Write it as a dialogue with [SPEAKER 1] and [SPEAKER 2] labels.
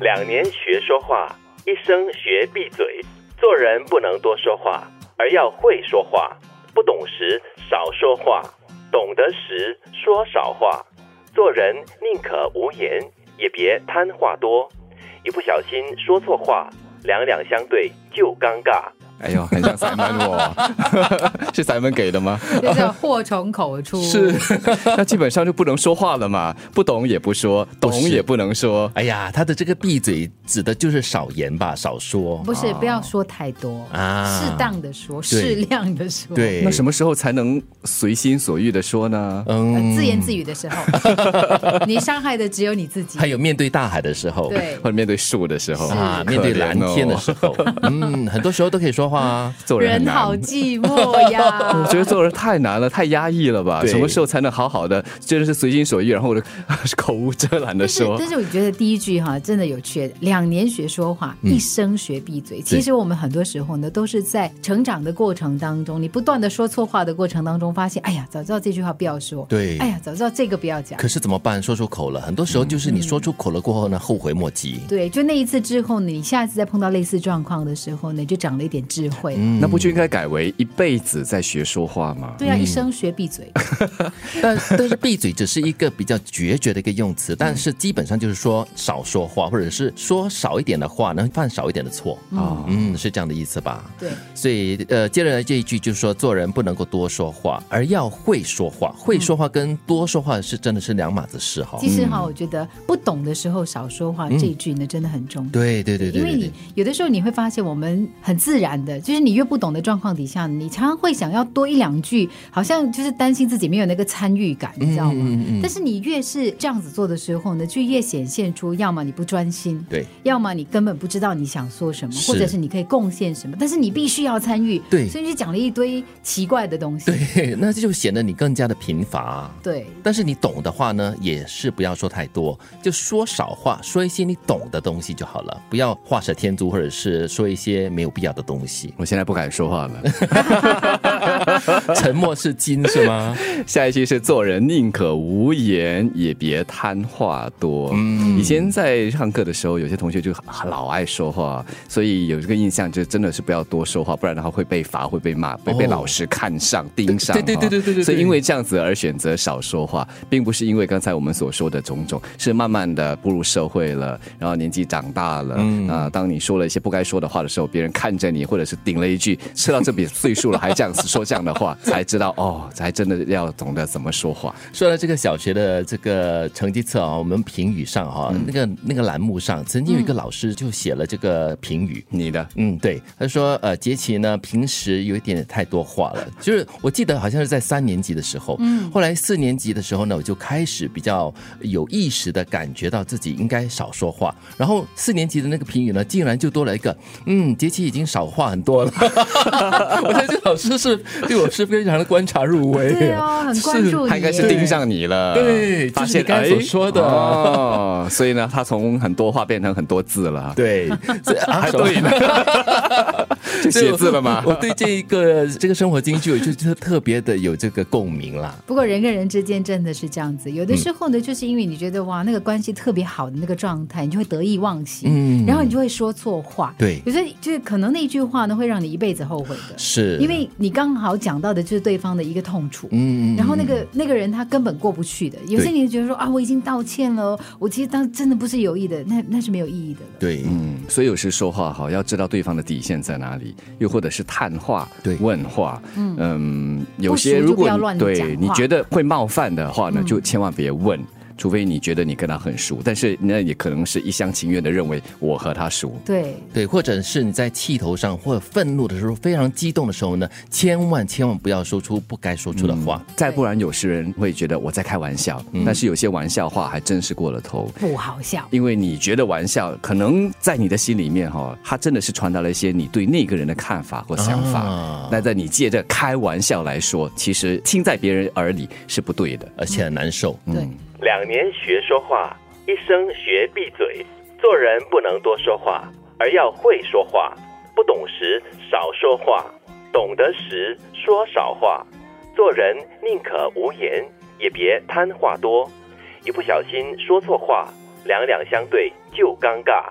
[SPEAKER 1] 两年学说话，一生学闭嘴。做人不能多说话，而要会说话。不懂时少说话，懂得时说少话。做人宁可无言，也别贪话多。一不小心说错话，两两相对就尴尬。
[SPEAKER 2] 哎呦，很像 Simon 哦， 是 Simon 给的吗？
[SPEAKER 3] 这叫祸从口出。
[SPEAKER 2] 是， 那基本上就不能说话了嘛，不懂也不说，懂
[SPEAKER 4] 是
[SPEAKER 2] 也不能说。
[SPEAKER 4] 哎呀，他的这个闭嘴指的就是少言吧，少说
[SPEAKER 3] 不是，不要说太多，
[SPEAKER 4] 啊
[SPEAKER 3] 适当的说，适量的说，，
[SPEAKER 4] 对，
[SPEAKER 2] 那什么时候才能随心所欲的说呢？
[SPEAKER 3] 呃
[SPEAKER 4] 嗯，
[SPEAKER 3] 自言自语的时候，你伤害的只有你自己
[SPEAKER 4] 还。有面对大海的时候，
[SPEAKER 3] 对
[SPEAKER 2] 或，者面对树的时候
[SPEAKER 4] 啊，面对蓝天的时
[SPEAKER 2] 候，
[SPEAKER 4] 候， 嗯，很多时候都可以说话啊。
[SPEAKER 2] 做人很
[SPEAKER 3] 人
[SPEAKER 2] 难
[SPEAKER 3] 好寂寞
[SPEAKER 2] 我
[SPEAKER 3] 呀。
[SPEAKER 2] 觉得做人太难了，太压抑了吧？
[SPEAKER 4] 对
[SPEAKER 2] 什么时候才能好好的，真的是随心所欲，然后我的口无遮拦的
[SPEAKER 3] 但是
[SPEAKER 2] 说，
[SPEAKER 3] 但是我觉得第一句哈真的有趣，两年学说话，一生学闭嘴。其实我们很多时候呢，都是在成长的过程当中，你不断的说错话的过程当中，发现，哎呀，早知道这句话不要说，
[SPEAKER 4] 对
[SPEAKER 3] 哎呀，早知道这个不要讲。
[SPEAKER 4] 可是怎么办？说出口了，很多时候就是你说出口了过后呢，后悔莫及。
[SPEAKER 3] 对，就那一次之后呢，你下次再碰到类似状况的时候呢，就长了一点智慧。
[SPEAKER 4] 嗯
[SPEAKER 2] 那不就应该改为一辈子在学说话吗？
[SPEAKER 4] 嗯
[SPEAKER 3] 对啊，一生学闭 嘴。
[SPEAKER 4] 但 但是闭嘴只是一个比较决绝的一个用词，但是基本上就是说少说话，或者是说少一点的话，能犯少一点的错。
[SPEAKER 2] 啊、。
[SPEAKER 4] 嗯，是这样的意思吧？
[SPEAKER 3] 对，
[SPEAKER 4] 所以呃，接着来这一句就是说，做人不能够多说话，而要会说话。会说话跟多说话是真的是两码子事哈。
[SPEAKER 3] 其实哈，我觉得不懂的时候少说话、这一句呢，真的很重要。
[SPEAKER 4] 嗯对对对对
[SPEAKER 3] 因为
[SPEAKER 4] 对
[SPEAKER 3] 你
[SPEAKER 4] 对，
[SPEAKER 3] 有的时候你会发现，我们很自然的，就是你越不懂的状况底下，你常常会想要多一两句，好像就是担心自己没有那个参与感，你知道吗？
[SPEAKER 4] 嗯
[SPEAKER 3] 但是你越是这样子做的时候呢，就越显现出，要么你不专心，
[SPEAKER 4] 对，
[SPEAKER 3] 要么你根本不知道你想说什么，
[SPEAKER 4] 是
[SPEAKER 3] 或者是你可以贡献什么，但是你必须要参与，
[SPEAKER 4] 对
[SPEAKER 3] 所以就讲了一堆奇怪的东西，
[SPEAKER 4] 对，那就显得你更加的贫乏。
[SPEAKER 3] 对
[SPEAKER 4] 但是你懂的话呢，也是不要说太多，就说少话，说一些你懂的东西就好了，不要画蛇添足，或者是说一些没有必要的东 西
[SPEAKER 2] 我现在不敢说话了。
[SPEAKER 4] 沉默是金，是吗？
[SPEAKER 2] 下一期是做人宁可无言，也别贪话多。嗯，以前在上课的时候，有些同学就很老爱说话，所以有这个印象，就真的是不要多说话，不然的话会被罚、会被骂、被
[SPEAKER 4] 哦
[SPEAKER 2] 被老师看上、盯上。
[SPEAKER 4] 对对对对对对对
[SPEAKER 2] 所以因为这样子而选择少说话，并不是因为刚才我们所说的种种，是慢慢的步入社会了，然后年纪长大了，
[SPEAKER 4] 嗯
[SPEAKER 2] 啊、当你说了一些不该说的话的时候，别人看着你，或者是顶了一句，吃到这笔岁数了还这样子说这样的话，才知道哦，才真的要懂得怎么说话。
[SPEAKER 4] 说到这个小学的这个成绩册啊，我们评语上哈、
[SPEAKER 3] 嗯
[SPEAKER 4] 那个那个栏目上，曾经有一个老师就写了这个评语。
[SPEAKER 2] 你的
[SPEAKER 4] 嗯，对，他说，呃，杰奇呢，平时有一点太多话了，就是我记得好像是在三年级的时候，嗯，后来四年级的时候呢，我就开始比较有意识的感觉到自己应该少说话，然后四年级的那个评语呢，竟然就多了一个，嗯，杰奇已经少话很多了， 我觉得这老师是对我是非常的观察入微，
[SPEAKER 3] 对啊，很关注你，
[SPEAKER 2] 他应该哎是盯上你了，
[SPEAKER 4] 对
[SPEAKER 2] 呃发
[SPEAKER 4] 就是
[SPEAKER 2] 现
[SPEAKER 4] 你刚才所说的
[SPEAKER 2] 哎哦，所以呢，他从很多话变成很多字了，
[SPEAKER 4] 对，这啊
[SPEAKER 2] 还对呢， 就写字了吗
[SPEAKER 4] 我？对这一个这个生活京剧，我就特特别的有这个共鸣啦。
[SPEAKER 3] 不过人跟人之间真的是这样子，有
[SPEAKER 2] 嗯
[SPEAKER 3] 的时候呢，就是因为你觉得哇，那个关系特别好的那个状态，你就会得意忘形，
[SPEAKER 4] 嗯
[SPEAKER 3] 然后你就会说错话，
[SPEAKER 4] 对
[SPEAKER 3] 有时候就是可能那句话呢会让你一辈子后悔的，
[SPEAKER 4] 是
[SPEAKER 3] 因为你刚好讲到的就是对方的一个痛处，
[SPEAKER 4] 嗯
[SPEAKER 3] 然后那个那个人他根本过不去的，有些你就觉得说啊，我已经道歉了，我其实当真的不是有意的，那那是没有意义的了。
[SPEAKER 4] 对，
[SPEAKER 2] 嗯，所以有时说话好，要知道对方的底线在哪里，又或者是探话、
[SPEAKER 4] 对
[SPEAKER 2] 问话，嗯有
[SPEAKER 3] 不
[SPEAKER 2] 些
[SPEAKER 3] 熟就
[SPEAKER 2] 如果
[SPEAKER 3] 不要乱
[SPEAKER 2] 你
[SPEAKER 3] 讲话
[SPEAKER 2] 对
[SPEAKER 3] 嗯
[SPEAKER 2] 你觉得会冒犯的话呢，就千万别问。除非你觉得你跟他很熟，但是那也可能是一厢情愿的认为我和他熟，
[SPEAKER 3] 对，
[SPEAKER 4] 对，或者是你在气头上或者愤怒的时候，非常激动的时候呢，千万千万不要说出不该说出的话。
[SPEAKER 2] 再不然有些人会觉得我在开玩笑，
[SPEAKER 4] 嗯
[SPEAKER 2] 但是有些玩笑话还真是过了头。
[SPEAKER 3] 不好笑。
[SPEAKER 2] 因为你觉得玩笑，可能在你的心里面哈、他真的是传达了一些你对那个人的看法或想法。
[SPEAKER 4] 啊
[SPEAKER 2] 那在你借着开玩笑来说，其实听在别人耳里是不对的。
[SPEAKER 4] 而且很难受，
[SPEAKER 3] 对，
[SPEAKER 1] 两年学说话，一生学闭嘴。做人不能多说话，而要会说话。不懂时少说话，懂得时说少话。做人宁可无言，也别贪话多。一不小心说错话，两两相对就尴尬，